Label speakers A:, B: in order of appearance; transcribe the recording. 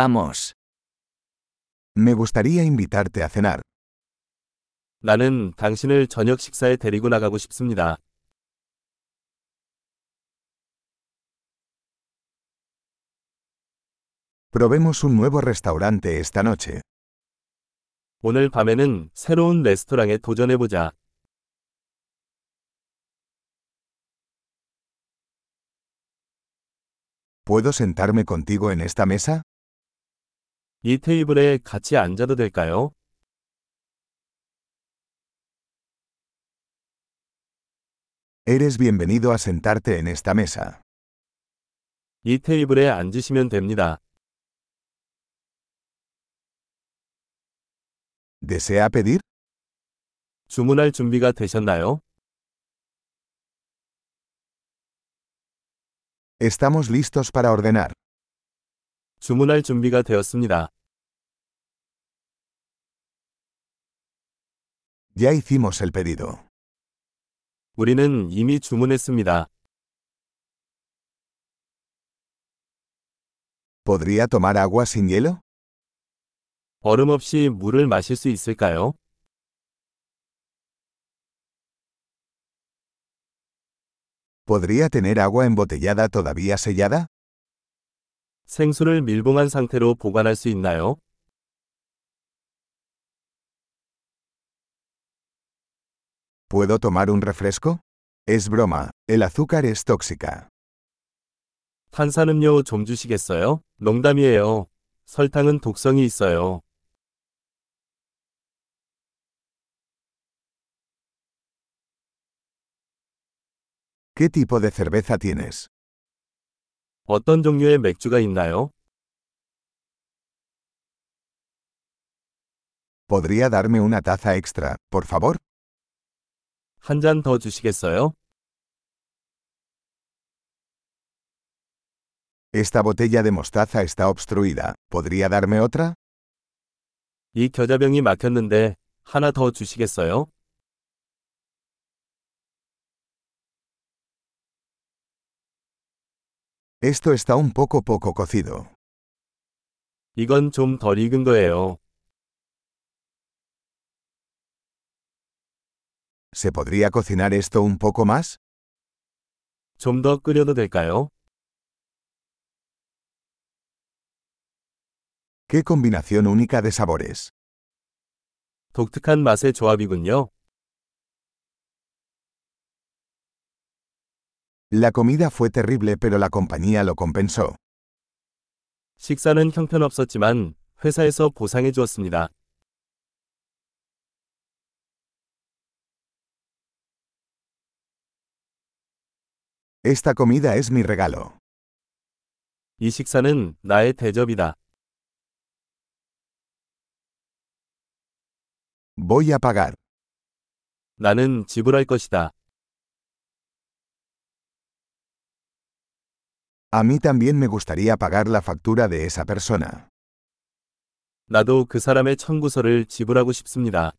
A: Vamos.
B: Me gustaría invitarte a cenar.
C: 나는 당신을 저녁 식사에 데리고 나가고 싶습니다.
B: Probemos un nuevo restaurante esta noche.
C: 오늘 밤에는 새로운 레스토랑에 도전해보자.
B: ¿Puedo sentarme contigo en esta mesa?
C: 이 테이블에 같이 앉아도 될까요?
B: Eres bienvenido a sentarte en esta mesa.
C: 이 테이블에 앉으시면 됩니다.
B: ¿Desea pedir?
C: 주문할 준비가 되셨나요?
B: Estamos listos para ordenar.
C: 주문할 준비가 되었습니다.
B: Ya hicimos el pedido.
C: 우리는 이미 주문했습니다.
B: ¿Podría tomar agua sin hielo?
C: 얼음 없이 물을 마실 수 있을까요?
B: ¿Podría tener agua embotellada todavía sellada?
C: 생수를 밀봉한 상태로 보관할 수 있나요?
B: ¿Puedo tomar un refresco? Es broma, el azúcar es tóxica.
C: 탄산음료 좀 주시겠어요? 농담이에요. 설탕은 독성이 있어요.
B: ¿Qué tipo de cerveza tienes?
C: 어떤 종류의 맥주가 있나요?
B: ¿Podría darme una taza extra, por favor?
C: 한 잔 더 주시겠어요?
B: Esta botella de mostaza está obstruida. ¿Podría darme otra?
C: 이 겨자병이 막혔는데 하나 더 주시겠어요?
B: Esto está un poco poco cocido.
C: 이건 좀 덜 익은 거예요.
B: ¿Se podría cocinar esto un poco más?
C: 좀 더 끓여도 될까요?
B: ¡Qué combinación única de sabores!
C: 독특한 맛의 조합이군요.
B: La comida fue terrible pero la compañía lo compensó.
C: 식사는 형편없었지만 회사에서 보상해 주었습니다.
B: Esta comida es mi regalo.
C: 이 식사는 나의 대접이다.
B: Voy a pagar.
C: 나는 지불할 것이다.
B: A mí también me gustaría pagar la factura de esa persona.
C: 나도 그 사람의 청구서를 지불하고 싶습니다.